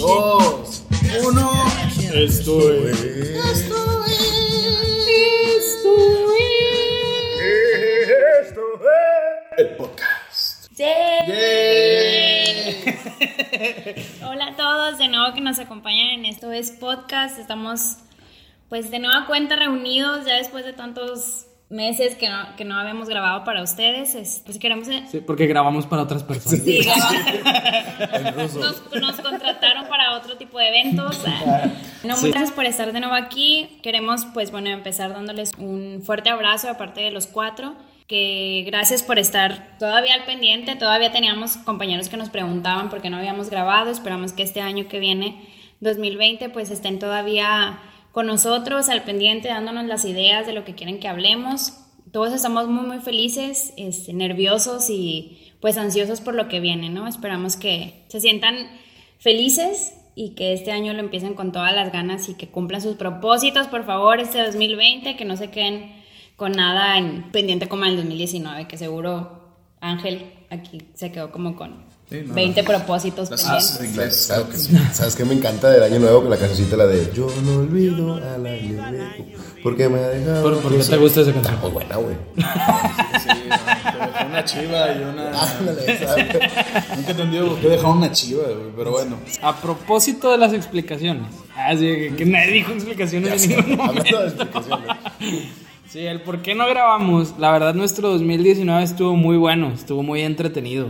Oh. Esto es. Esto Esto Esto es. El podcast. es- Hola a todos, de nuevo que nos acompañan en Esto es Podcast. Estamos, pues, de nueva cuenta reunidos ya después de tantos meses que no, que no habíamos grabado para ustedes. Es- Pues queremos. Sí, porque grabamos para otras personas. Sí, grabamos. En ruso. Nos, nos contrataron para otro tipo de eventos. No, muchas gracias por estar de nuevo aquí. Queremos, pues bueno, empezar dándoles un fuerte abrazo aparte de los cuatro. Que gracias por estar todavía al pendiente. Todavía teníamos compañeros que nos preguntaban por qué no habíamos grabado. Esperamos que este año que viene, 2020, pues estén todavía con nosotros al pendiente, dándonos las ideas de lo que quieren que hablemos. Todos estamos muy, muy felices, este, nerviosos y pues ansiosos por lo que viene, ¿no? Esperamos que se sientan felices y que este año lo empiecen con todas las ganas y que cumplan sus propósitos, por favor, este 2020, que no se queden con nada en pendiente como en el 2019, que seguro Ángel aquí se quedó como con Sí, no, 20 propósitos Las pendientes. frases en inglés. Claro que sí. ¿Sabes qué me encanta del año nuevo? Que la cancioncita la de Yo no olvido al año nuevo. Porque me ha dejado. ¿Por, por qué te gusta esa canción? Muy buena, güey. Sí, pero fue una chiva y una. Ándale, ¿sabes? Nunca entendí por qué dejaron una chiva, güey, pero bueno. A propósito de las explicaciones. Así que, que nadie dijo explicaciones en ningún Hablando de momento. explicaciones. Sí, el por qué no grabamos. La verdad, nuestro 2019 estuvo muy bueno, estuvo muy entretenido.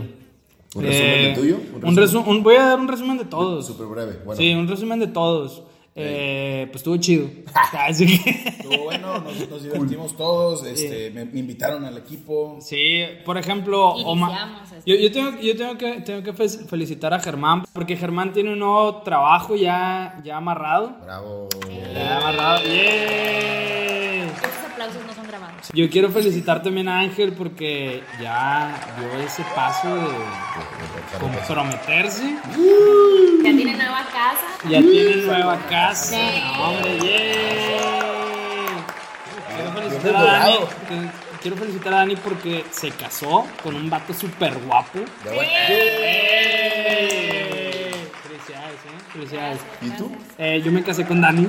Eh, ¿Un resumen de tuyo? Un resu- un- voy a dar un resumen de todos. Súper breve. Bueno, Sí, un resumen de todos. Eh, pues estuvo chido. Así que. Estuvo bueno, nos, nos divertimos todos, este, me, me invitaron al equipo. Sí, por ejemplo, Iniciamos Oma- este. yo, yo tengo, yo tengo que, tengo que fe- felicitar a Germán, porque Germán tiene un nuevo trabajo ya, ya amarrado. bravo. Ya amarrado. ¡Yay! Estos aplausos no son grabados. Yo quiero felicitar también a Ángel porque ya dio ese paso de comprometerse. Ya tienen nueva casa. Ya tiene nueva casa. Sí. ¡Hombre, yay! Quiero felicitar a Dani. dorado. que- Quiero felicitar a Dani porque se casó con un vato súper guapo. Ya, bueno. Felicidades, ¿eh? Felicidades. ¿Y tú? Eh, yo me casé con Dani.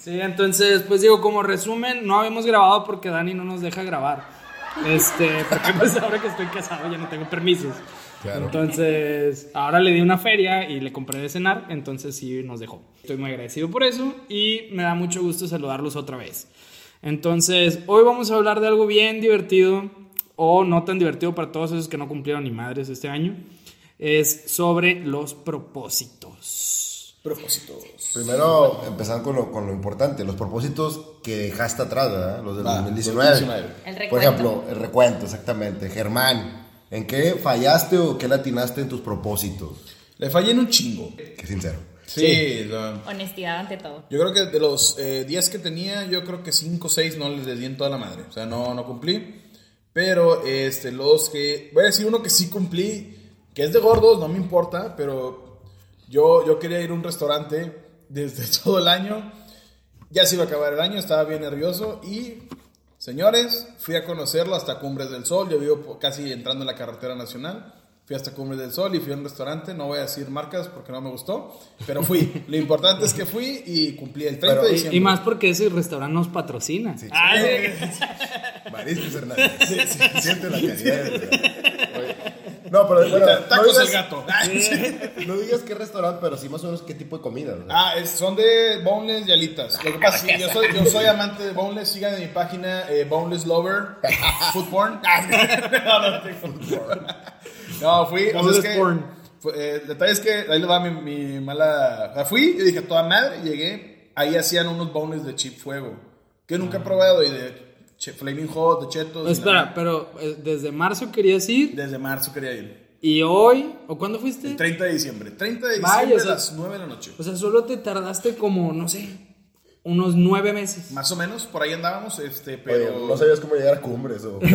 Sí, entonces, pues digo, como resumen, no habíamos grabado porque Dani no nos deja grabar. Este, porque pues ahora que estoy casado ya no tengo permisos. Claro. Entonces, ahora le di una feria y le compré de cenar, entonces sí nos dejó. Estoy muy agradecido por eso y me da mucho gusto saludarlos otra vez. Entonces, hoy vamos a hablar de algo bien divertido o no tan divertido para todos esos que no cumplieron ni madres este año. Es sobre los propósitos. Propósitos. Primero empezando con lo, con lo importante, los propósitos que dejaste atrás, ¿verdad? Los del Ah, 2019. 2019. El recuento. Por ejemplo, el recuento, exactamente. Germán, ¿en qué fallaste o qué latinaste en tus propósitos? Le fallé en un chingo. Qué sincero. Sí, la- Honestidad ante todo. yo creo que de los eh, 10 que tenía, yo creo que 5 o 6 no les di en toda la madre. O sea, no, no cumplí. Pero este, los que. Voy a decir uno que sí cumplí, que es de gordos, no me importa, pero yo, yo quería ir a un restaurante desde todo el año. Ya se iba a acabar el año, estaba bien nervioso y, señores, fui a conocerlo hasta Cumbres del Sol. Yo vivo po- casi entrando en la carretera nacional. Fui hasta Cumbres del Sol y fui a un restaurante. No voy a decir marcas porque no me gustó, pero fui. Lo importante es que fui y cumplí el 30 Pero- de Y- diciembre. Y más porque ese restaurante nos patrocina. Sí. Ah, sí. Mariscos Hernández. Siente la calidad. Oye, No, pero bueno, Ta- no, Tacos digas, el gato. eh, no digas qué restaurante, pero sí más o menos qué tipo de comida. ¿verdad? Ah, es- son de boneless y alitas. Lo que pasa es que yo soy, yo soy amante de boneless. Sigan en mi página eh, Boneless Lover Food Porn. Ah, no, no, tengo food porn. No, fui. o sea, es Boneless que- porn. fue- eh, el detalle es que ahí le va mi, mi mala. la fui, yo dije toda madre, llegué. Ahí hacían unos boneless de chip fuego que nunca he probado y de che- Flaming Hot, de Chetos. y la- Ah. Espera, pero eh, desde marzo querías ir Desde marzo quería ir. y hoy, ¿o cuándo fuiste? El 30 de diciembre. 30 de Vaya, diciembre o a sea- las 9 de la noche. O sea, solo te tardaste como, no sé, unos nueve meses. Más o menos, por ahí andábamos, este, Oye, pero... no sabías cómo llegar a cumbres o. ¿Cuál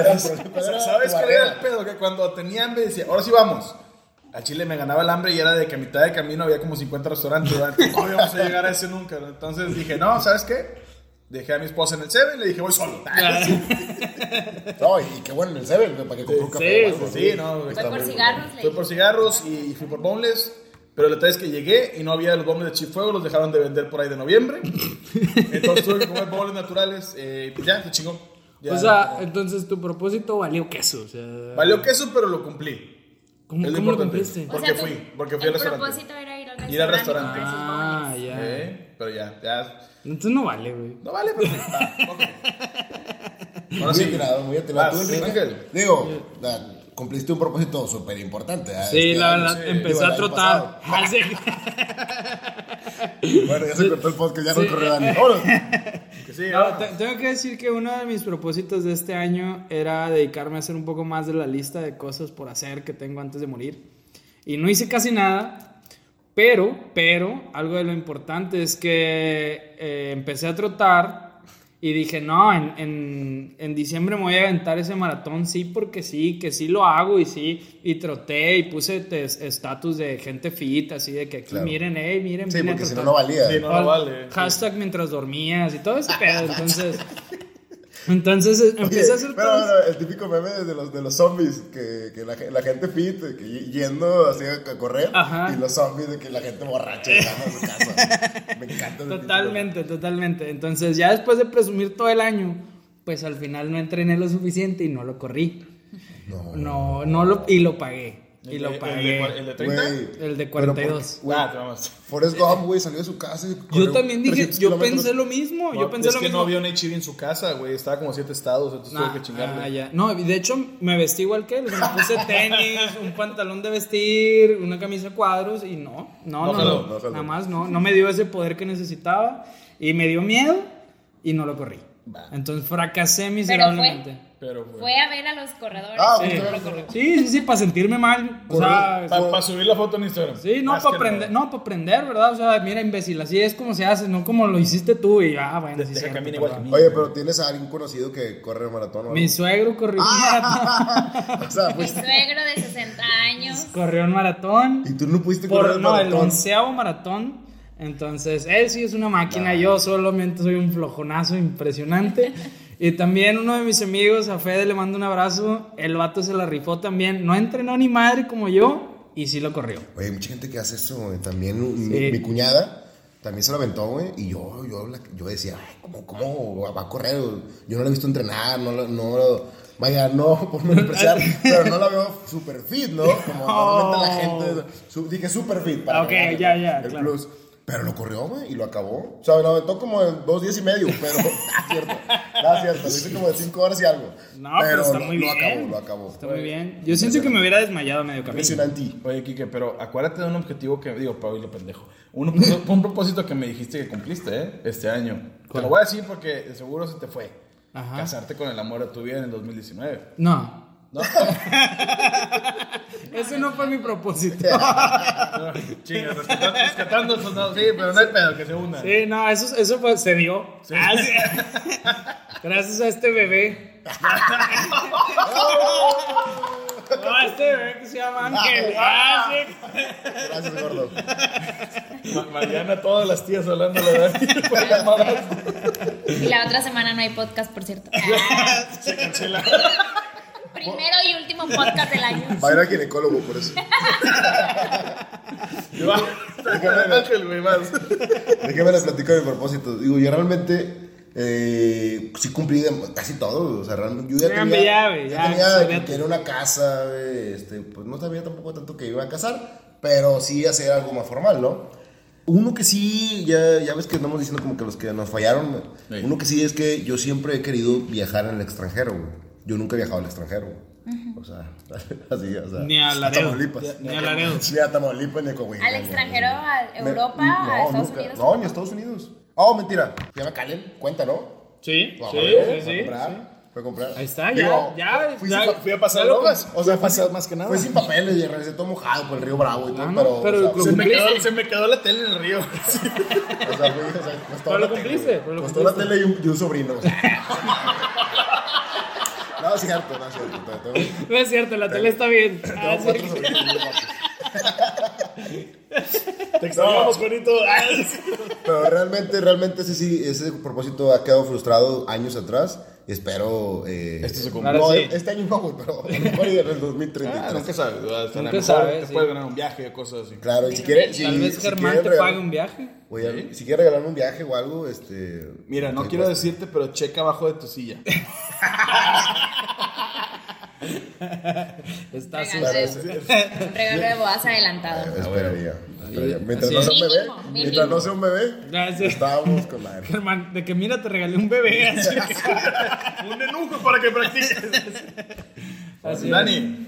era el pro- O cuál sea, era ¿Sabes tu cuál era el barrera? pedo? Que cuando tenía hambre decía, ahora sí vamos. Al Chile me ganaba el hambre y era de que a mitad de camino había como 50 restaurantes. ¿verdad? No íbamos a llegar a ese nunca. ¿no? Entonces dije, no, ¿sabes qué? Dejé a mi esposa en el 7 y le dije, voy solo. No, y qué bueno en el Seven, para que compró un café. Sí, o algo, sí, no. Fue está por muy- cigarros, le Fui por cigarros y fui por boneless. Pero la verdad es que llegué y no había los bombles de Chifuego, los dejaron de vender por ahí de noviembre. Entonces tuve que comer bombles naturales. Eh, pues ya, se chingó. Ya, o sea, no. entonces tu propósito valió queso. O sea, valió queso, pero lo cumplí. ¿Cómo, es lo cómo lo importante. cumpliste? porque tú- fui, porque fui al restaurante. El propósito era ir al restaurante. Ir al y comprar sus Ah, boneless. ya. Eh, pero ya, ya. Entonces no vale, güey. No vale, pero está. ok. Muy Ahora sí. Ah, atinado, muy atinado. Vas, Tú, Enrique, Ángel. Digo, la- cumpliste un propósito súper importante. ¿eh? Sí, Este la año, verdad, sí, empecé digo, el a año trotar. Así- Bueno, ya se cortó el podcast, ya no corrió Dani. Vámonos. Que sí, No, ahora. te- tengo que decir que uno de mis propósitos de este año era dedicarme a hacer un poco más de la lista de cosas por hacer que tengo antes de morir. Y no hice casi nada, pero, pero, algo de lo importante es que eh, empecé a trotar y dije, no, en, en, en diciembre me voy a aventar ese maratón, sí, porque sí, que sí lo hago y sí, y troté y puse tes- estatus de gente fit, así de que aquí Claro. miren, hey, miren, Sí, vine a porque si no, trotar". no valía. Sí, no, no vale. Hashtag mientras dormías y todo ese Ah, pedo. Entonces, entonces eh, Oye, empecé a hacer pero, cosas. pero, el típico meme de los, de los zombies, que, que la, ge- la gente fit, que y- yendo así a a correr, Ajá. y los zombies de que la gente borracha llegando a su casa. Me encanta. ese Totalmente, totalmente. Entonces, ya después de presumir todo el año, pues al final no entrené lo suficiente y no lo corrí. No. No, no lo, y lo pagué. Y lo El de- el de pagué. cua- ¿El de tipo de- 30? Güey, El de pero por- 42. Ah, te vamos. Forrest Gump, güey, salió de su casa. y corrió Yo también dije, 300 yo kilómetros. pensé lo mismo. Yo No, pensé es lo que mismo. no había un HIV en su casa, güey. Estaba como siete estados, entonces Nah, Pues tuve que chingarle. ah, ya. No, y de hecho me vestí igual que él. Me puse tenis, un pantalón de vestir, una camisa de cuadros y no, no, no, No no, jaló, no jaló. nada más no, no me dio ese poder que necesitaba y me dio miedo y no lo corrí. Va. Entonces fracasé miserablemente. Pero, güey. Fue a ver a los corredores. Ah, Sí. pues, Sí. claro. Sí, sí, sí, para sentirme mal. O sea, Para subir la foto en Instagram. sí, no Más para que aprender, nada. no para aprender, ¿verdad? O sea, mira, imbécil, así es como se hace, no como lo hiciste tú y ah, bueno, Deja sí, que cierto, camine igual que perdón. mí. Oye, pero tienes a alguien conocido que corre maratón o algo? Mi suegro corrió un maratón, o sea, Mi pues, suegro de 60 años. corrió un maratón. y tú no pudiste correr por el no, el maratón. onceavo maratón. Entonces, él sí es una máquina, yo solamente soy un flojonazo impresionante. Y también uno de mis amigos, a Fede, le mando un abrazo. El vato se la rifó también. No entrenó ni madre como yo y sí lo corrió. Oye, hay mucha gente que hace eso, güey. También mi- Sí. mi, cuñada también se lo aventó, güey. Y yo, yo, la- yo decía, "Ay, ¿cómo, ¿cómo va a correr? Yo no la he visto entrenar, no, la- no lo- Vaya, no, por menospreciar, pero no la veo super fit, ¿no? Como normalmente la gente. su- dije super fit para Ok, que gane, ya, ¿no? ya, el claro. plus. Pero lo corrió, güey, y lo acabó. O sea, lo aventó como en dos días y medio, pero. No, cierto. No, cierto. Lo hice como de cinco horas y algo. No, pero, está lo, muy lo bien. acabó, lo acabó. Está muy bien. Yo siento que me hubiera desmayado a medio camino. Impresionante. Oye, Kike, pero acuérdate de un objetivo que. Digo, Pablo, lo pendejo. Un, un propósito que me dijiste que cumpliste, ¿eh? Este año. Te lo voy a decir porque de seguro se te fue. Pues, Ajá. Casarte con el amor de tu vida en el 2019. No. ¿No? Ese no fue mi propósito. Chingas, rescatando, rescatando esos dados. Sí, pero no hay pedo que se unan. Sí, no, eso, eso fue- se dio. Ah, sí. Gracias a este bebé. No, a este bebé que se llama Ángel. Ah, sí. Gracias, gordo. Ma- Mariana, todas las tías hablando de verdad. Y la otra semana no hay podcast, por cierto. Se cancela. Primero y último podcast del año. Va a ir al ginecólogo por eso. Y va. Ángel, güey, vas. Déjame les platico mi propósito. Digo, yo realmente eh, sí cumplí de- casi todo. O sea, realmente yo ya Ya, tenía, ya, güey, ya, tenía ya de sabía que quería una casa. güey, Este, pues no sabía tampoco tanto que iba a casar, pero sí hacer algo más formal, ¿no? Uno que sí, ya, ya ves que andamos diciendo como que los que nos fallaron. güey. Sí. Uno que sí es que yo siempre he querido viajar en el extranjero, güey. Yo nunca he viajado al extranjero, güey. O sea, así, o sea. Ni a Laredo, Tamaulipas. ni a Laredo. Ni a Tamaulipas, ni a Coahuila, Al güey. extranjero, a Me- Europa, no, a Estados nunca. Unidos. No, ni a Estados Unidos. Oh, mentira. Fui a McAllen, cuenta, ¿no? Sí, Fue a sí, ver, sí, Fue a sí. comprar. Fue a comprar. Ahí está, ya, Digo, ya, Fui, ya. sin, pa- fui a pasar pasar drogas. drogas. O sea, fue, pasar más que nada. fue sin papeles y regresé todo mojado por el río Bravo y todo. Ah, no, pero, pero o sea, pues, el club- Se me, quedó, se me quedó la tele en el río. o sea, fui- o sea, costó Pero lo la tele, cumpliste, güey. pero lo Costó la tele y un, y un sobrino. o sea. no, es cierto, no es cierto. Tengo- tengo- No es cierto, la tele está bien. Ah, tengo sí. cuatro sobrinos muy guapos. Ah, Ah, Te extrañamos, Juanito. Pero realmente, realmente ese, sí, ese propósito ha quedado frustrado años atrás. Y espero. eh, Este se cumplió. no, Ahora sí. este año no, güey, pero a lo mejor en el 2033. Ah, nunca sabes. Hasta a lo Nunca mejor sabes, te sí. puedes ganar un viaje o cosas así. Claro, y si quieres. Tal vez Germán te pague un viaje. si quieres regalarme un viaje o algo, este. Mira, no te quiero cuesta. decirte, pero checa abajo pues. de tu silla. Está Regalo su- de- un regalo de bodas adelantado. Esperaría. esperaría. Mientras no sea un Mínimo, bebé. mínimo. Mientras no sea un bebé. Gracias. Estábamos con la. Germán, de que mira, te regalé un bebé. Así, un enujo para que practiques. así. Dani,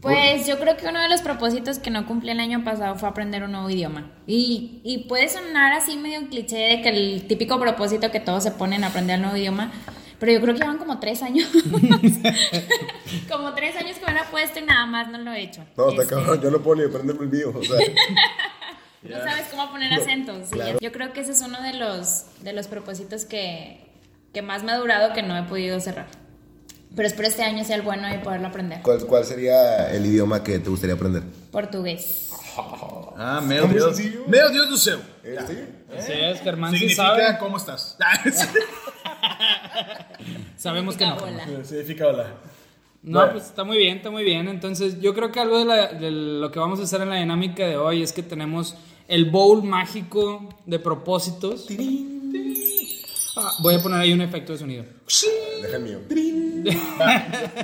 Pues yo creo que uno de los propósitos que no cumplí el año pasado fue aprender un nuevo idioma. Y, y puede sonar así medio cliché de que el típico propósito que todos se ponen a aprender un nuevo idioma, pero yo creo que llevan como tres años. como tres años que me lo he puesto y nada más no lo he hecho. No, está Este, cabrón, yo no puedo ni aprenderme el mío. O sea, No sabes cómo poner acentos. sí. Yo creo que ese es uno de los, de los propósitos que, que más me ha durado que no he podido cerrar. Pero espero este año sea el bueno y poderlo aprender. ¿cuál, cuál sería el idioma que te gustaría aprender? Portugués. Ah, meu Está muy Dios. sencillo. Meu Dios do céu. ¿Este? Así es, Germán sí Significa sabe. cómo estás. Ah, Sabemos que Significa no. bola. Significa hola. No, Bueno. pues está muy bien, está muy bien. Entonces, yo creo que algo de, la- de lo que vamos a hacer en la dinámica de hoy es que tenemos el bowl mágico de propósitos. Ah, voy a poner ahí un efecto de sonido. Deja el mío.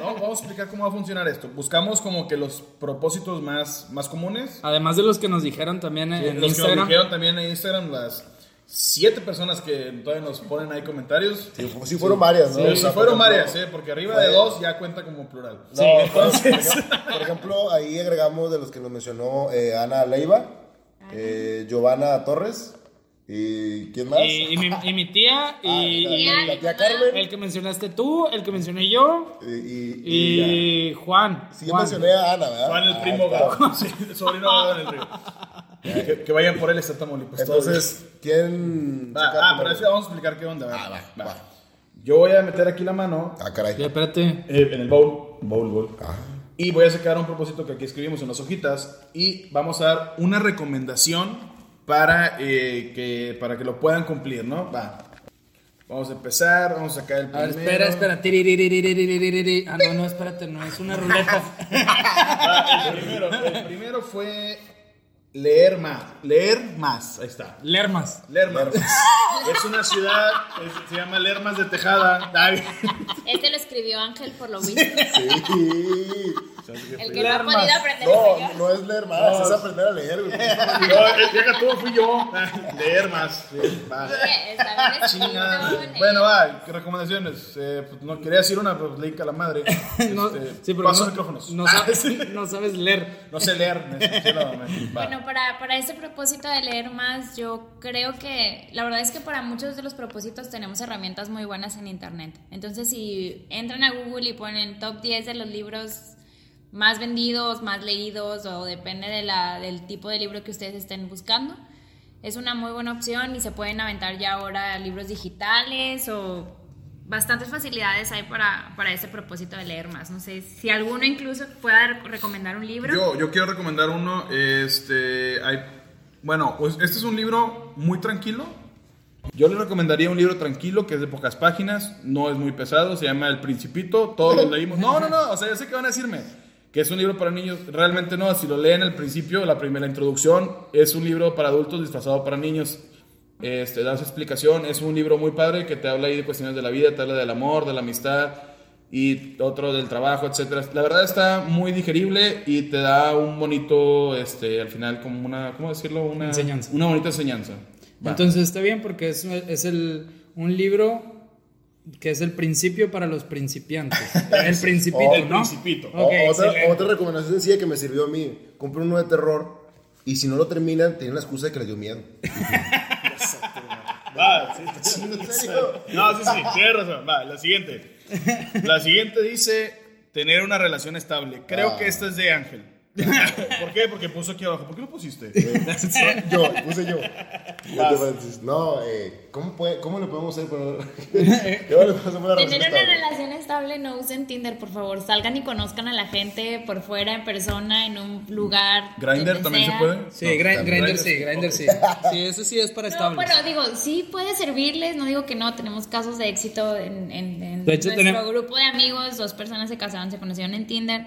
No, vamos a explicar cómo va a funcionar esto. Buscamos como que los propósitos más, más comunes. Además de los que nos dijeron también en los que nos Instagram. dijeron también en Instagram, las siete personas que todavía nos ponen ahí comentarios. Sí, fu- sí fueron varias, ¿no? Sí, O sea, por fueron ejemplo- varias, ¿eh? porque arriba de Bueno. dos ¿eh? ya cuenta como plural. No, entonces. Por ejemplo, ahí agregamos de los que nos mencionó eh, Ana Leiva, eh, Giovanna Torres y ¿quién más? Y, y mi, y mi tía, Ah, y, la, y la- la tía Carmen. el que mencionaste tú, el que mencioné yo, y, y- y ya. y Juan. Sí, yo Juan. mencioné a Ana, ¿verdad? Juan el Ah, primo claro. Gabo, sí, el sobrino Gabo en el río. Que, que vayan por él, está Tamaulipas. Entonces, ¿quién? Va, saca ah, pero eso primero? ya vamos a explicar qué onda. va. Ah, va, Va. va. Yo voy a meter aquí la mano Ah, Ya, caray. espérate. eh, en el bowl. Bowl, bowl. Ah. Y voy a sacar un propósito que aquí escribimos en las hojitas y vamos a dar una recomendación para, eh, que, para que lo puedan cumplir, ¿no? Va. Vamos a empezar, vamos a sacar el A ver, primero. espera, espera. Tiriririririririri. Ah, no, no, espérate, no, es una ruleta. Va, el, primero, el primero fue leer más. Leer más, ahí está. Lermas. Lermas. Es una ciudad, es- se llama Lermas de Tejada. Ay, Este lo escribió Ángel por lo visto. Sí. El que no ha Lermas. podido aprender soy No, yo. no es leer más, es aprender a leer. güey. No, eh, deja tú, fui yo. Lermas. Va. Oye, está bien escrito, Chingada. nene. Bueno, va, ¿qué recomendaciones? Eh, pues, no quería decir una, pero leí a la madre. No, Este, sí, pero paso no, micrófonos. no Ah, sabes, sí. no sabes leer. No sé leer. me- sí, no, me- va. Bueno, para, para ese propósito de leer más, yo creo que la verdad es que para muchos de los propósitos tenemos herramientas muy buenas en Internet. Entonces, si entran a Google y ponen top 10 de los libros más vendidos, más leídos, o depende de la, del tipo de libro que ustedes estén buscando, es una muy buena opción y se pueden aventar ya ahora libros digitales o bastantes facilidades hay para, para ese propósito de leer más. No sé si alguno incluso pueda rec- recomendar un libro. Yo, yo quiero recomendar uno. Este, hay, bueno, pues, este es un libro muy tranquilo. Yo le recomendaría un libro tranquilo que es de pocas páginas, no es muy pesado, se llama El Principito, todos lo leímos. No, no, no, o sea, yo sé que van a decirme que es un libro para niños, realmente no, si lo leen al principio, la primera introducción, es un libro para adultos disfrazado para niños. Este, da su explicación, es un libro muy padre que te habla ahí de cuestiones de la vida, te habla del amor, de la amistad y otro del trabajo, etcétera. La verdad está muy digerible y te da un bonito, este, al final como una, ¿cómo decirlo? Una Enseñanza. Una bonita enseñanza. Va. Entonces está bien porque es, es el, un libro que es el principio para los principiantes. El principito, Oh, el ¿no? principito. Ok, O- otra, excelente. otra recomendación sencilla que me sirvió a mí, compré uno de terror y si no lo terminan, tienen la excusa de que les dio miedo. ¿En serio? No, sí, sí, tienes razón. Va, la siguiente. La siguiente dice tener una relación estable. Creo Ah. que esta es de Ángel. ¿Por qué? Porque puso aquí abajo. ¿Por qué lo pusiste? yo, puse yo. No, te pases. No, eh, ¿cómo, puede, ¿cómo le podemos hacer para.? ¿Cómo le podemos hacer para Tener una resolver esta- relación estable no usen Tinder, por favor. Salgan y conozcan a la gente por fuera, en persona, en un lugar. Grinder donde también se sea. puede. Sí, No, Grinder también. sí, Grinder sí. Sí, eso sí es para No, estables. bueno, digo, sí puede servirles, no digo que no, tenemos casos de éxito en, en- en De hecho, nuestro tenemos- grupo de amigos, dos personas se casaron, se conocieron en Tinder.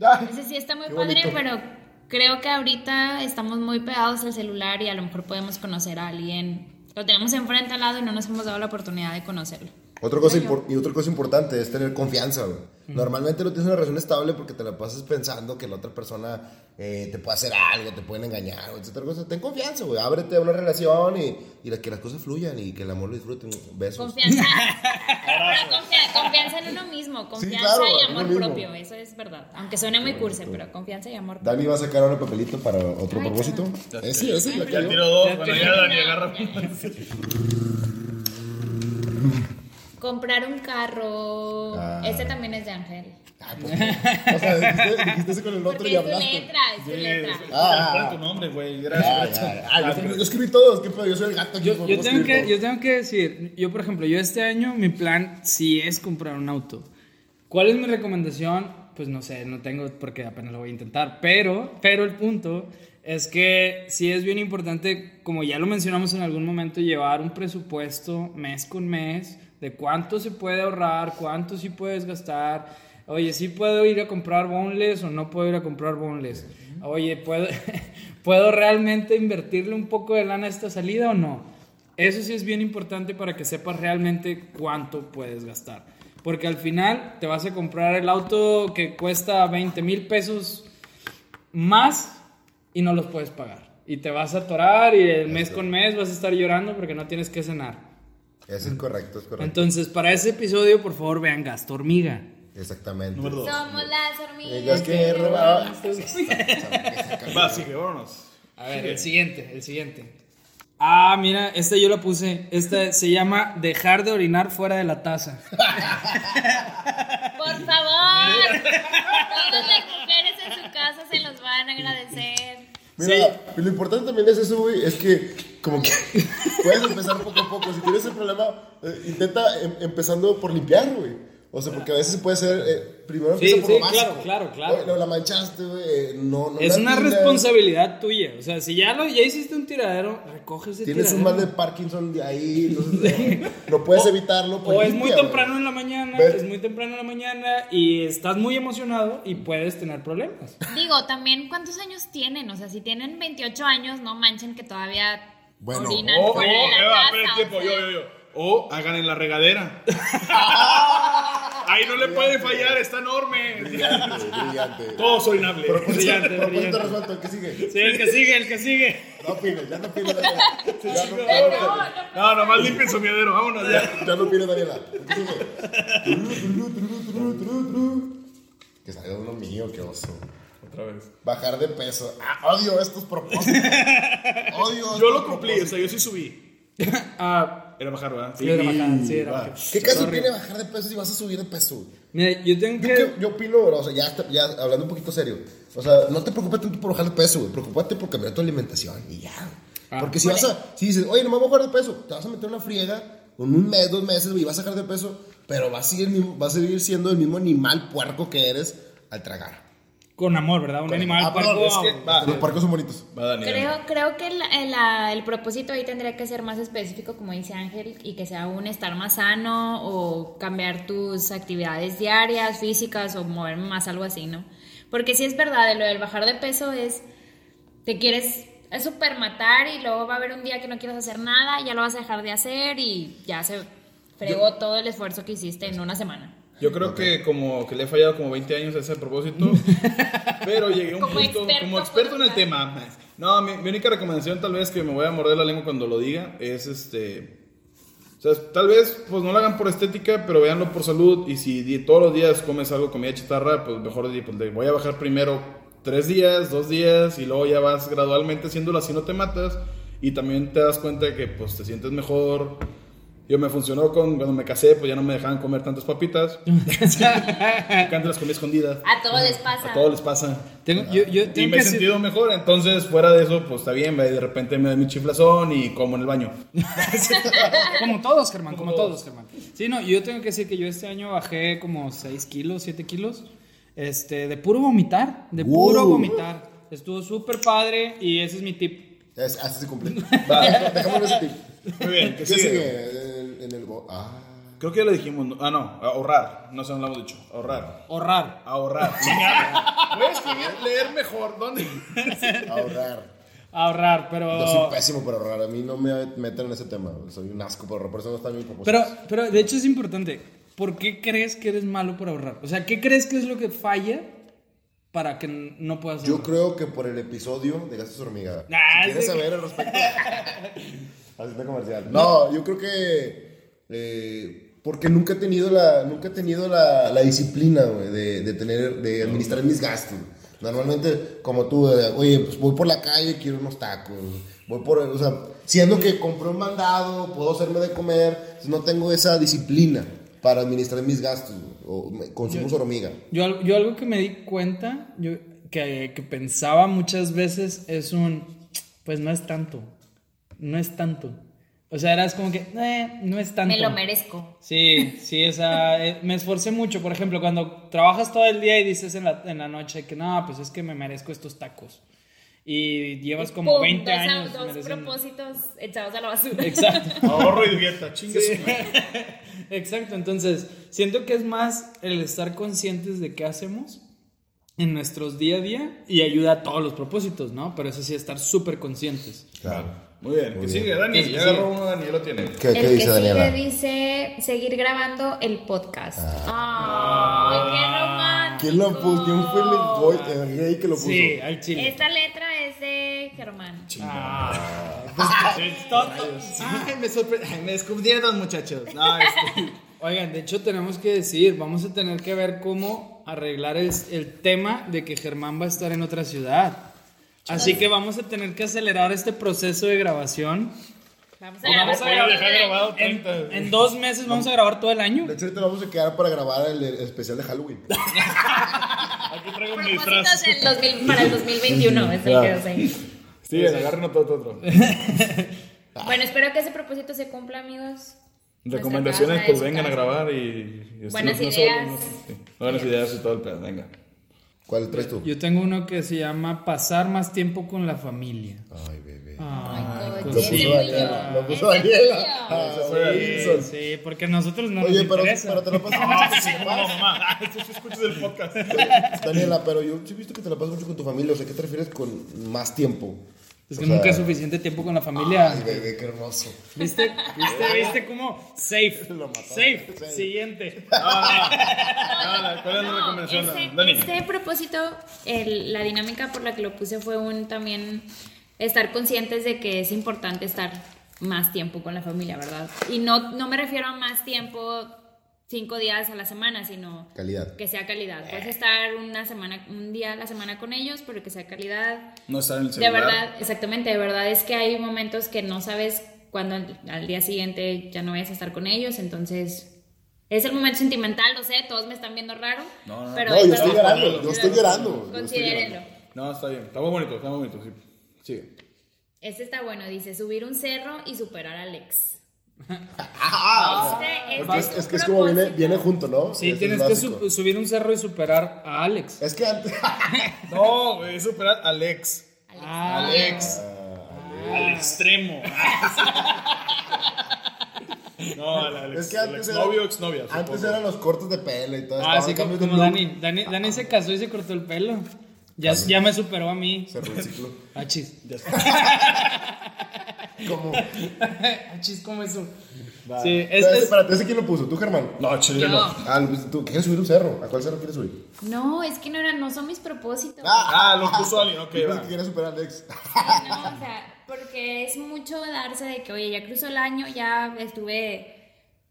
Ay, Ese sí está muy qué padre, bonito. pero creo que ahorita estamos muy pegados al celular y a lo mejor podemos conocer a alguien. Lo tenemos enfrente al lado y no nos hemos dado la oportunidad de conocerlo. Otra cosa impor- y otra cosa importante es tener confianza, güey. Normalmente no tienes una relación estable porque te la pasas pensando que la otra persona eh, te puede hacer algo, te pueden engañar, güey, etcétera. Cosa. Ten confianza, güey. Ábrete a una relación y, y la- que las cosas fluyan y que el amor lo disfruten. Besos. Confianza. Pero confia- confianza en uno mismo, confianza claro, y en uno amor mismo. propio, eso es verdad. Aunque suene muy curse, pero confianza y amor propio. Dani va a sacar ahora el papelito para otro propósito. Eh, sí, ese es la que Ya yo- tiro dos. Ya Bueno, tiró ya Dani No, agarra. Comprar un carro. Ah. Este también es de Ángel. Ah, pues, o sea, dijiste, dijiste eso con el otro y Porque es tu hablaste. letra, es tu letra. Ah, tu nombre, güey. Ah, Gracias. ya, ya. Ah, yo, escribí- yo escribí todos, qué pedo, yo soy el gato. aquí, Yo, ¿cómo yo tengo escribí que, todo? yo tengo que decir, yo por ejemplo, yo este año mi plan sí es comprar un auto. ¿Cuál es mi recomendación? Pues no sé, no tengo porque apenas lo voy a intentar, pero, pero el punto es que sí es bien importante, como ya lo mencionamos en algún momento, llevar un presupuesto mes con mes de cuánto se puede ahorrar, cuánto sí puedes gastar. Oye, sí puedo ir a comprar boneless o no puedo ir a comprar boneless. Oye, ¿puedo, ¿puedo realmente invertirle un poco de lana a esta salida o no? Eso sí es bien importante para que sepas realmente cuánto puedes gastar. Porque al final te vas a comprar el auto que cuesta 20 mil pesos más y no los puedes pagar. Y te vas a atorar y el mes con mes vas a estar llorando porque no tienes que cenar. Ese es correcto, es correcto. Entonces, para ese episodio, por favor, vean Gasto Hormiga. Exactamente. Número dos. Somos las hormigas. Ellas Eh, que robaban. Va, sigue, vámonos. A ver, el siguiente, el siguiente. Ah, mira, esta yo la puse. Esta se llama Dejar de orinar fuera de la taza. Por favor. Todas las mujeres en su casa se los van a agradecer. Mira, lo importante también es eso, güey, es que como que puedes empezar poco a poco. Si tienes el problema, eh, intenta em- empezando por limpiar, güey. O sea, porque a veces puede ser, eh, primero Sí, empieza por sí, lo básico. claro, claro, claro. Oye, no, la manchaste, güey, eh, no, no Es la una tiras. responsabilidad tuya. O sea, si ya, lo, ya hiciste un tiradero, recoge ese Tienes un mal tiradero. de Parkinson de ahí, entonces, no, no puedes evitarlo. pues, O es muy limpia, güey. temprano en la mañana, Ve- es muy temprano en la mañana y estás muy emocionado y puedes tener problemas. Digo, también, ¿cuántos años tienen? O sea, si tienen 28 años, no manchen que todavía Bueno, orinan O, o, fuera de la Oh, Eva, casa, espera, o tiempo. sea. Yo, yo, yo. O hagan en la regadera. Ahí no le puede fallar, está enorme. Brillante, brillante. Todo soy nable. Pero pues por brillante, cierto, por brillante. cierto, resuelto, ¿qué sigue? Sí, el que sigue, el que sigue. No opines, ya no opines, Daniela. Ya no Eh, opines. no, no. No, nomás limpien su miadero, vámonos ya. Ya no opines, Daniela. ¿Qué sigue? Tru, tru, tru, tru, tru. Que salió uno mío, qué oso. Otra vez. Bajar de peso. Ah, odio estos propósitos. Odio estos Yo lo cumplí, o propósitos. sea, yo sí subí. Ah, Era bajar, ¿verdad? sí, era bacán, sí, era va. bacán. ¿Qué caso tiene bajar de peso si vas a subir de peso? Mira, yo tengo Yo, que... que- yo opino, bro, o sea, ya, está- ya hablando un poquito serio. O sea, no te preocupes tanto por bajar de peso, güey. Preocúpate por cambiar tu alimentación y ya. Ah. Porque si vas a, si dices, oye, no me voy a bajar de peso, te vas a meter una friega con un mes, dos meses, güey, y vas a bajar de peso, pero vas a, seguir, el mismo- vas a seguir siendo el mismo animal puerco que eres al tragar. Con amor, ¿verdad? Un animal, Ah, puerco, perdón, es que- Va. Los puercos son bonitos. Va, Dani. Dani. Creo, creo que la- eh, la- el propósito ahí tendría que ser más específico, como dice Ángel, y que sea un estar más sano o cambiar tus actividades diarias, físicas o moverme más, algo así, ¿no? Porque si es verdad, de lo del bajar de peso es, te quieres supermatar y luego va a haber un día que no quieres hacer nada, ya lo vas a dejar de hacer y ya se fregó todo el esfuerzo que hiciste en una semana. Yo creo que como que le he fallado como 20 años a ese propósito, pero llegué a un Como punto experto, como experto en el ¿verdad? tema. No, mi, mi única recomendación tal vez que me voy a morder la lengua cuando lo diga es este o sea, tal vez pues no lo hagan por estética, pero véanlo por salud y si di- todos los días comes algo comida chatarra, pues mejor di, pues, le voy a bajar primero tres días, dos días y luego ya vas gradualmente haciéndolo así no te matas y también te das cuenta de que pues te sientes mejor Yo me funcionó con cuando me casé, pues ya no me dejaban comer tantas papitas. Antes las comí escondidas. A todos les pasa. A todos les pasa. Tengo, yo, yo Y tengo me he que decir- sentido mejor, entonces fuera de eso, pues está bien, de repente me da mi chiflazón y como en el baño. Como todos, Germán, como todos, Germán. Sí, no, yo tengo que decir que yo este año bajé como 6 kilos, 7 kilos. Este, de puro vomitar, de Wow. puro vomitar. Estuvo súper padre y ese es mi tip. Es- Así se cumple. Va. Dejémoslo ese tip. Muy bien, ¿Qué ¿qué sigue? sigue? En, en el. bo- Ah. Creo que ya lo dijimos, ¿no? ah no, ahorrar, no se lo hemos dicho, ahorrar. Ahorrar. Ahorrar. Chingada. Voy a escribir, leer mejor, ¿dónde? Ahorrar. Ahorrar, Yo soy pero. pésimo para ahorrar. A mí no me meten en ese tema. Soy un asco para ahorrar. Por eso no está en mi propósito. Pero, pero de hecho es importante. ¿Por qué crees que eres malo por ahorrar? O sea, ¿qué crees que es lo que falla para que n- no puedas Yo ahorrar? creo que por el episodio de Gastos Hormiga. Ah, si quieres sí. saber al respecto. Haciendo comercial. No, yo creo que. eh, porque nunca he tenido la, nunca he tenido la, la disciplina, güey, de, de tener, de administrar mis gastos. Normalmente, como tú, eh, oye, pues voy por la calle, quiero unos tacos. Voy por, o sea, siendo que compré un mandado, puedo hacerme de comer, no tengo esa disciplina para administrar mis gastos güey, o me- consumos hormiga. Yo, al- yo algo que me di cuenta, yo, que, que pensaba muchas veces, es un, pues no es tanto, no es tanto. O sea, eras como que, "Eh, no es tanto. Me lo merezco. Sí, sí, o sea, eh, me esforcé mucho. Por ejemplo, cuando trabajas todo el día y dices en la, en la noche que no, pues es que me merezco estos tacos. Y llevas como Pum, 20 dos, años. Dos mereciendo- propósitos echados a la basura. Exacto. Ahorro y divieta, chingas. Exacto, entonces siento que es más el estar conscientes de qué hacemos en nuestros día a día y ayuda a todos los propósitos, ¿no? Pero eso sí, estar súper conscientes. Claro. Muy bien, ¿qué sigue, Dani? Sí, Ya sí. agarró uno, Dani, ya lo tiene. ¿Qué, El qué que dice sigue Daniela? dice seguir grabando el podcast. Ah. Ah. ¡Ay, qué romántico! ¿Quién lo puso? ¿Quién fue el boy, el gay que lo puso? Sí, al chile. Esta letra es de Germán. Ah. Ay, me sorprendieron, me descubrieron, muchachos. No, este- Oigan, de hecho tenemos que decir, vamos a tener que ver cómo arreglar el, el tema de que Germán va a estar en otra ciudad. Así que vamos a tener que acelerar este proceso de grabación. Vamos Vamos a todo dejar el año. En, en dos meses vamos a grabar todo el año. De hecho, ahorita lo vamos a quedar para grabar el, el especial de Halloween. Aquí traigo Propósitos del 2000 para el 2021 es el que Claro. hace. Sí, Pues agarren otro, otro, otro. Bueno, espero que ese propósito se cumpla, amigos. Nuestra Recomendaciones, casa pues es su vengan a casa. grabar y... y Buenas no ideas. solo, no sé, sí. Buenas ideas y todo el pedo, venga. ¿Cuál traes tú? Yo tengo uno que se llama Pasar más tiempo con la familia. Ah, Ay, bebé. Ay, Ah, Lo ese puso fui Daniela. yo, Lo puso ese fui Daniela. yo. Ah, Ese fue Wilson. Sí, sí, porque a nosotros no Oye, nos pero, interesa. pero te lo pasas mucho con tu papá. mamá, eso escuchas el podcast. Daniela, pero yo sí he visto que te la pasas mucho con tu familia. O sea, ¿qué te refieres con más tiempo? es que o sea- nunca es suficiente tiempo con la familia. Ay, bebé, qué hermoso. ¿Viste? ¿Viste? ¿Viste cómo? Safe. Safe. Siguiente. Ah, ¿Cuál es la No, recomendación, ese, Dani? ese propósito, el- la dinámica por la que lo puse fue un también estar conscientes de que es importante estar más tiempo con la familia, ¿verdad? Y no, no me refiero a más tiempo cinco días a la semana, sino Calidad. que sea calidad. Puedes estar una semana, un día a la semana con ellos, pero que sea calidad. No estar en el De celular. verdad, exactamente, de verdad es que hay momentos que no sabes cuándo al, al día siguiente ya no vayas a estar con ellos, entonces es el momento sentimental, lo sé, todos me están viendo raro, No, no, pero no, es yo verdad. estoy llorando, yo estoy llorando, yo estoy Considérenlo. llorando. No, está bien, está muy bonito, está muy bonito, sí. Sigue. Este está bueno, dice subir un cerro y superar al ex. Este- este Es, es un que es como viene, propósito. viene junto, ¿no? Sí, Es el tienes que básico. su- subir un cerro y superar a Alex. Es que antes. No, güey, superar al ex. Ah, Al ex. Al extremo. Ah, No, al, al Es ex. que al antes era- exnovio o exnovia. Antes supongo. eran los cortes de pelo y todo. Ah, estaba sí, en cambio como, de como Dani. look. Dani. Dani se casó y se cortó el pelo. Ya, Ah, ya me superó a mí. Cerró el ciclo. Achis. Como. Achis, ¿cómo eso? Sí, Este es, Espérate, es- espérate, ¿ese quién lo puso? ¿Tú, Germán? No, chile, no. Yo. Ah, Luis, ¿tú quieres subir un cerro? ¿A cuál cerro quieres subir? No, es que no eran, no son mis propósitos. Ah, lo puso alguien, ok, Yo pensé va. que quieres superar a Alex. No, o sea, porque es mucho darse de que, oye, ya cruzó el año, ya estuve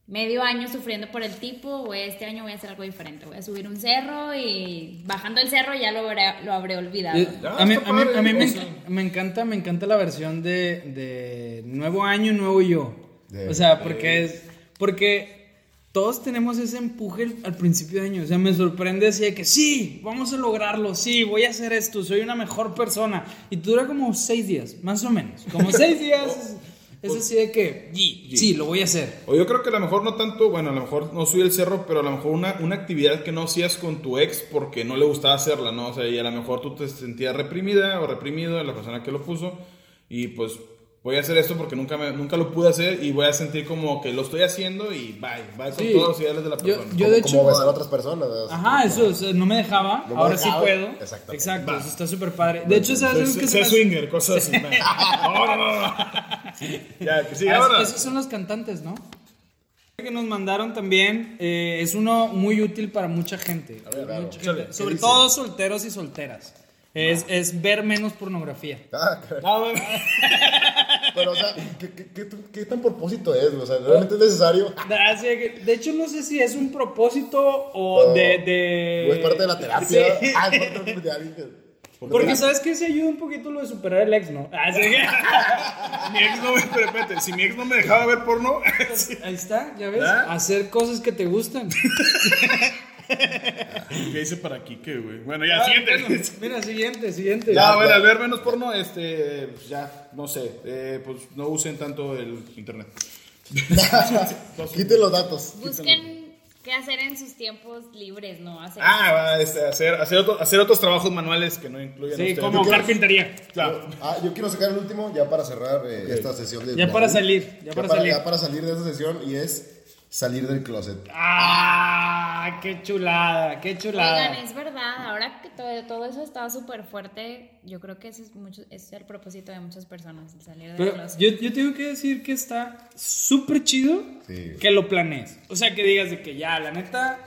medio año sufriendo por el tipo, o este año voy a hacer algo diferente, voy a subir un cerro y bajando el cerro ya lo habré, lo habré olvidado. Eh, Ya, a mí, está a mí- padre, a mí me, o sea. enca- me encanta, me encanta la versión de, de Nuevo Año, Nuevo Yo. De- O sea, porque es. Porque todos tenemos ese empuje al principio de año. O sea, me sorprende así de que sí, vamos a lograrlo, sí, voy a hacer esto, soy una mejor persona. Y dura como seis días, más o menos. Como seis días. es así de que, "Yi, sí, lo voy a hacer. O yo creo que a lo mejor no tanto, bueno, a lo mejor no subir el cerro, pero a lo mejor una, una actividad que no hacías con tu ex porque no le gustaba hacerla, ¿no? O sea, y a lo mejor tú te sentías reprimida o reprimido, la persona que lo puso, y pues voy a hacer esto porque nunca, me- nunca lo pude hacer y voy a sentir como que lo estoy haciendo y bye, bye con Sí. todos los ideales de la Yo- persona. yo como, de como hecho- besar a otras personas. ¿verdad? Ajá, eso, o sea, no me dejaba, No me ahora dejaba, sí puedo. exactamente. Exacto, Va. eso está súper padre. De hecho, ¿sabes Soy- algo que se soy me hace- swinger, cosas así. man. no, no, no, no. Ya, que sí, Ah, ahora. Esos son los cantantes, ¿no? Que nos mandaron también eh, es uno muy útil para mucha gente. claro. Mucha gente, Chale, ¿qué sobre dice? todo solteros y solteras. Es, es ver menos pornografía. Ah, caray. Ah, bueno. Pero, o sea, ¿qué, qué, qué, qué tan propósito es? O sea, ¿realmente es necesario? Así que, De hecho, no sé si es un propósito o No. de, de- ¿O es parte de la terapia? Sí. Ah, es parte de alguien que- Porque sabes que se ayuda un poquito lo de superar el ex, ¿no? Ah, Así que- mi ex no me, pero espérate, si mi ex no me dejaba ver porno, ahí está, ya ves. ¿Verdad? ¿Ah? Hacer cosas que te gustan. ¿qué hice para aquí, qué, güey? Ah, Bueno, ya, siguiente. Ah, Bueno, mira, siguiente, siguiente. Ya, bueno, al ver menos porno, este, pues, ya, no sé, eh, pues no usen tanto el internet. Quiten los datos. Pues- Busquen qué hacer en sus tiempos libres, ¿no? Hacer Ah, va, este, hacer, hacer, otro- hacer otros trabajos manuales que no incluyan sí, ustedes. como carpintería. Claro. Ah, yo quiero sacar el último ya para cerrar eh, esta sesión. De Ya para salir, ya para salir. Ya para salir de esa sesión y es salir del closet. Ah, qué chulada, qué Oigan, chulada. es verdad, ahora que todo, todo eso está súper fuerte, yo creo que ese es, mucho, es el propósito de muchas personas, el salir de Pero los... yo, yo tengo que decir que está súper chido Sí. que lo planees. O sea, que digas de que ya, la neta,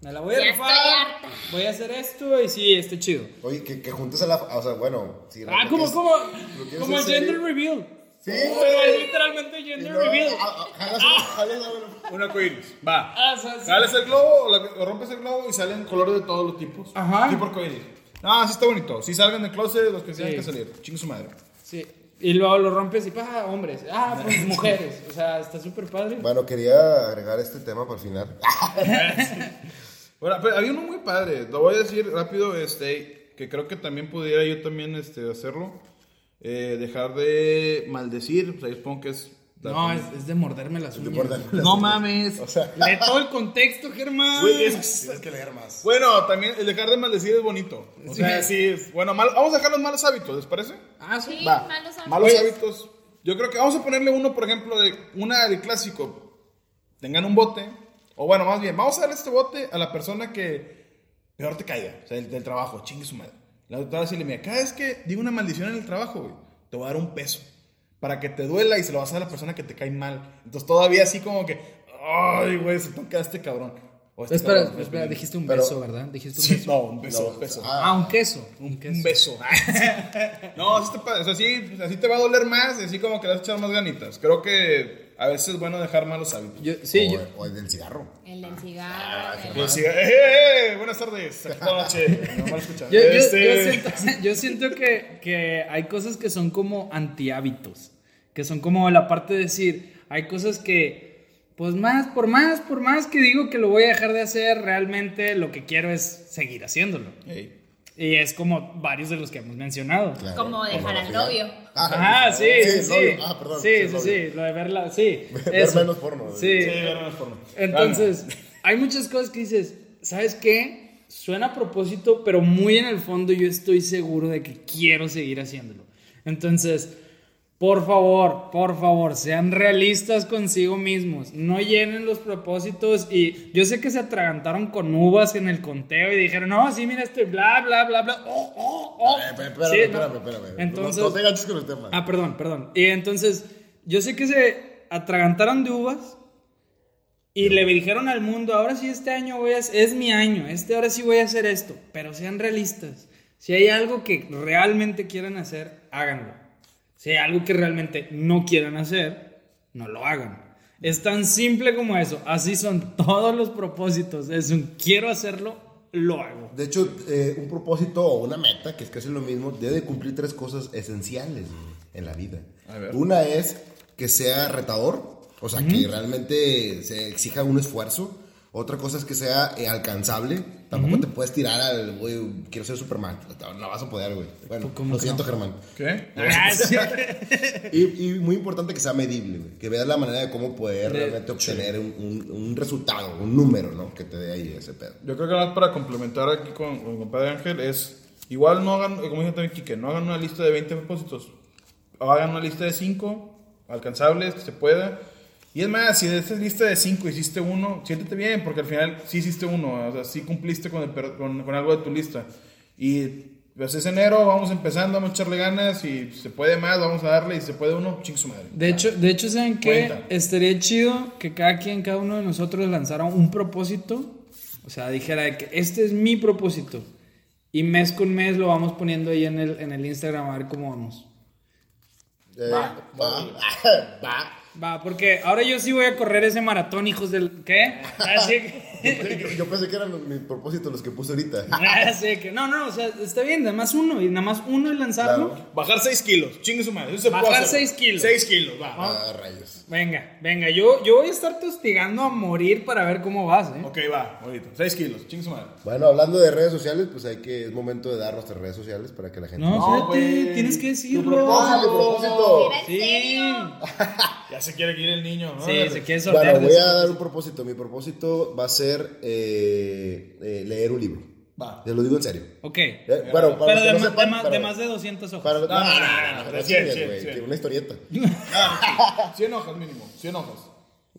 me la voy a Ya rifar, estoy harta. voy a hacer esto y sí, está chido. Oye, que, que juntes a la. O sea, bueno. Si Ah, realmente como, es- como, lo quieres como el hacer gender serio. reveal. Sí, Pero güey. es literalmente Y gender luego, reveal. ah, ah, jalas- jalas- Una coiris, va. Ah, o sea, sí. Jalas el globo, o la- o rompes el globo y salen colores de todos los tipos. Ajá. Tipo coiris. Ah, sí está bonito. Si salgan del closet, los que tengan Sí. que salir. Chingue su madre. Sí. Y luego lo rompes y, ah, hombres, ah, pues mujeres. O sea, está súper padre. Bueno, quería agregar este tema para el final. Ah, Bueno, pero había uno muy padre, lo voy a decir rápido, este, que creo que también pudiera yo también este, hacerlo. Eh, dejar de maldecir, o sea, yo supongo que es... No, es, es de morderme las uñas. No mames. Lee todo el contexto, Germán. Güey, es- Tienes que leer más. bueno, también el dejar de maldecir es bonito. O sea, Sí. sí es... Bueno, mal- vamos a dejar los malos hábitos, ¿les parece? Ah, sí. Sí, Va. malos hábitos. Malos hábitos. Yo creo que vamos a ponerle uno, por ejemplo, de una de clásico. Tengan un bote. O bueno, más bien, vamos a darle este bote a la persona que peor te caiga. O sea, del, del trabajo. Chingue su madre. La doctora decirle, mira, cada vez que digo una maldición en el trabajo, güey, te voy a dar un peso. Para que te duela y se lo vas a dar a la persona que te cae mal. Entonces todavía así como que, ay, güey, se toca a este cabrón. O este Espera, cabrón. espera, dijiste un Pero- beso, ¿verdad? Dijiste un Sí, beso. no, un beso, un beso. Ah, un queso. Un queso. Un beso. no, así te, pa- o sea, sí, así te va a doler más y así como que le vas a echar más ganitas. Creo que a veces es bueno dejar malos hábitos. Yo- sí, o, yo- o el del cigarro. El del cigarro, el- Que siga- ¡Eh, eh, eh! buenas tardes. Aquí está la noche. No mal escucha. yo- yo- yo Este- siento, yo siento que, que hay cosas que son como antihábitos. Que son como la parte de decir, hay cosas que, pues más, por más, por más que digo que lo voy a dejar de hacer, realmente lo que quiero es seguir haciéndolo. Ey. Y es como varios de los que hemos mencionado. Claro. Como dejar al pornografía. novio. Ah, Ah, sí, sí, el sí. novio. Ah, perdón. Sí, el sí, novio. sí, lo de verla, sí. Ver eso. menos porno. Sí. Sí, bueno, no es porno. Entonces, hay muchas cosas que dices, ¿sabes qué? Suena a propósito, pero muy en el fondo yo estoy seguro de que quiero seguir haciéndolo. Entonces, por favor, por favor, sean realistas consigo mismos. No llenen los propósitos y yo sé que se atragantaron con uvas en el conteo y dijeron, no, sí, mira, estoy bla, bla, bla, bla. Oh, oh, oh. Eh, espérame, Sí, no. espérame, espérame. Entonces, No, no te enganches con el tema. Ah, perdón, perdón. Y entonces, yo sé que se atragantaron de uvas y le dijeron al mundo, ahora sí este año voy a, es mi año, este ahora sí voy a hacer esto, pero sean realistas. Si hay algo que realmente quieran hacer, háganlo. Si hay algo que realmente no quieran hacer, no lo hagan. Es tan simple como eso. Así son todos los propósitos. Es un quiero hacerlo, lo hago. De hecho, eh, un propósito o una meta, que es casi lo mismo, debe de cumplir tres cosas esenciales güey, en la vida. A ver. Una es que sea retador. O sea, que realmente se exija un esfuerzo. Otra cosa es que sea eh, alcanzable. Tampoco te puedes tirar al, güey, quiero ser Superman. No vas a poder, güey. Bueno, ¿Cómo lo que siento, Germán. ¿Qué? Y, y muy importante que sea medible, güey. Que veas la manera de cómo poder realmente obtener un, un- un resultado, un número, ¿no? Que te dé ahí ese pedo. Yo creo que nada más para complementar aquí con, con mi compadre Ángel es, igual no hagan, como dice también Quique, no hagan una lista de 20 propósitos, hagan una lista de 5 alcanzables, que se pueda. Y es más, si de esta lista de 5 hiciste uno, siéntete bien, porque al final sí hiciste uno, o sea, sí cumpliste con, el per- con, con algo de tu lista. Y pues es enero, vamos empezando, vamos a echarle ganas, y si se puede más, vamos a darle, y si se puede uno, ching su madre. De hecho, de hecho, ¿saben qué? Cuenta. Estaría chido que cada quien, cada uno de nosotros lanzara un propósito. O sea, dijera de que este es mi propósito. Y mes con mes lo vamos poniendo ahí en el, en el Instagram a ver cómo vamos. Eh, Va. va, va. Va, porque ahora yo sí voy a correr ese maratón, hijos del... ¿Qué? Así Yo, que... yo- yo pensé que eran los- mis propósitos los que puse ahorita. Así que... No, no, o sea, está bien, nada más uno. Y nada más uno y lanzarlo. Claro. Bajar 6 kilos, chingue su madre. Eso se puede Bajar hacer. seis kilos. Seis kilos, va. Ah, rayos. Venga, venga, yo, yo voy a estar hostigando a morir para ver cómo vas, ¿eh? Ok, va, ahorita. 6 kilos, chingue su madre. Bueno, hablando de redes sociales, pues hay que, es momento de dar nuestras redes sociales para que la gente... No, No, fíjate, güey. tienes que Tu decirlo. propósito, tu propósito. Mira, en serio. Ya se quiere ir el niño, ¿no? Sí, se quiere soltar. Bueno, voy a dar un propósito. Mi propósito va a ser eh, eh, leer un libro. Va. Te lo digo en serio. Ok. Eh, bueno, Pero para los de, que no ma- sepan, de más, para- de más de 200 hojas. para- no, no, no, no, no, no, no, no, no, cien, cien, cien, güey, cien. que Una historieta. 100 Ah, hojas mínimo, 100 hojas.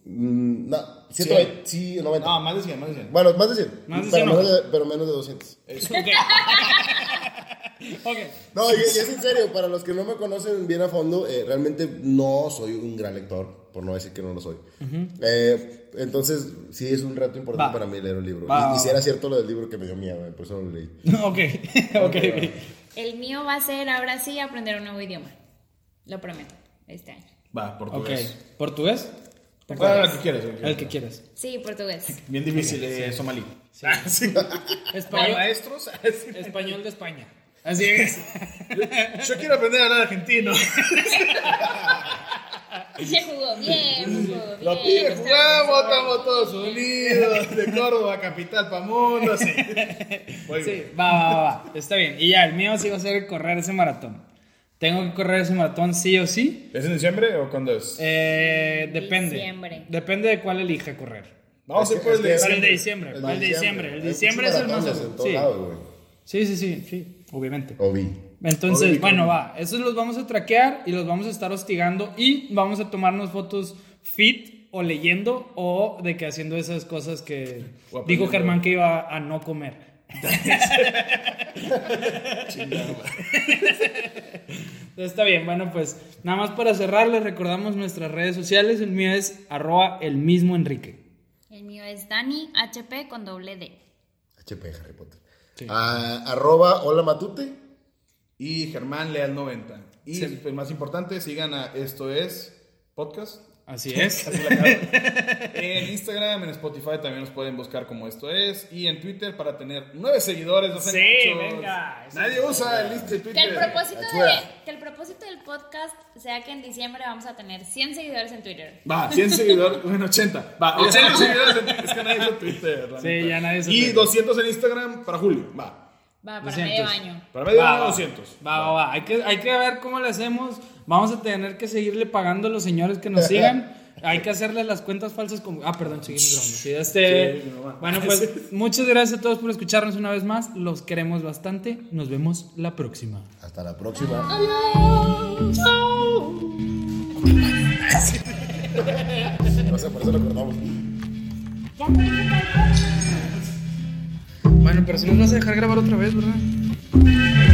Mm, No, Cien. 120. Sí, 90. No, más de 100, más de 100. Bueno, más de 100. Más de pero, 100 menos de, pero menos de 200. Ok. Ok. No, y, y es en serio, para los que no me conocen bien a fondo, eh, realmente no soy un gran lector, por no decir que no lo soy. Eh, entonces, sí es un reto importante Va. para mí leer un libro. Va, va, y, y si va. era cierto lo del libro que me dio miedo, eh, por eso no lo leí. Ok. Ok. ok. El mío va a ser ahora sí aprender un nuevo idioma. Lo prometo, este año. Va, Ok. portugués. ¿Portugués? Bueno, el que quieras. el que El que quieras. quieras. Sí, portugués. Bien difícil, eh, somalí. Sí. Este- Ah, sí. Para Español, maestros. ah, sí. español de España. Así es. Yo quiero aprender a hablar argentino. Se jugó bien, jugó bien. Los pibes este, jugamos, Gustavo, Gustavo. estamos todos unidos. De Córdoba, capital pa' mundo, sí. Muy Sí, bien. va, va, va, va. Está bien. Y ya, el mío sí va a ser correr ese maratón. Tengo que correr ese maratón sí o sí. ¿Es en diciembre o cuándo es? Eh, depende. Diciembre. Depende de cuál elija correr. No, se puede es que- Pero el de leer. diciembre. El El de diciembre. El Hay diciembre es el más maratones en seguro. todos Sí. lados, güey. Sí, sí, sí, sí, obviamente. O vi. Entonces, Obvio, bueno, va, esos los vamos a traquear y los vamos a estar hostigando y vamos a tomarnos fotos fit o leyendo o de que haciendo esas cosas que O aprendiendo. dijo Germán que iba a no comer. Está bien, bueno, pues nada más para cerrar, les recordamos nuestras redes sociales. El mío es arroba el mismo Enrique. El mío es Dani HP con doble D. HP Harry Potter. Sí. Ah, arroba hola matute. Y Germán Leal 90. Y Sí. pues, más importante, sigan a Esto es Podcast. Así es. Así la acabo. en Instagram, en Spotify también nos pueden buscar como esto es. Y en Twitter para tener nueve seguidores. No sean Sí, muchos. venga, eso Nadie usa el list de Que el, Twitter. propósito Achuera. de- que el propósito del podcast sea que en diciembre vamos a tener 100 seguidores en Twitter. Va, 100 seguidores, bueno, 80. Va, 80 seguidores. en- Es que nadie usa Twitter. la Sí, neta. ya nadie usa Y Twitter. 200 en Instagram para julio. Va. Va, para 200. medio año. Para medio Va, año, va. 200. Va, va, va. Hay que, hay que ver cómo le hacemos. Vamos a tener que seguirle pagando a los señores que nos sigan. Hay que hacerles las cuentas falsas como... Ah, perdón, seguimos grabando. Sí, este... Sí, mi mamá. bueno, pues muchas gracias a todos por escucharnos una vez más. Los queremos bastante. Nos vemos la próxima. Hasta la próxima. Ah. No sé, por eso lo cortamos. Bueno, pero si nos vas a dejar grabar otra vez, ¿verdad?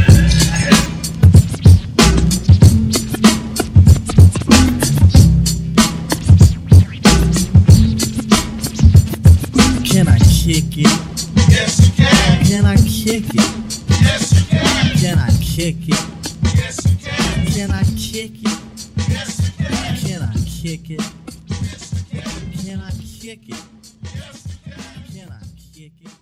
Can I kick it? Yes, you can. Can I kick it? Yes, you can. Can I kick it? Yes, you can. Can I kick it? Yes, you can. Can I kick it? Yes, you can. Can I kick it? Yes, you can. Can I kick it?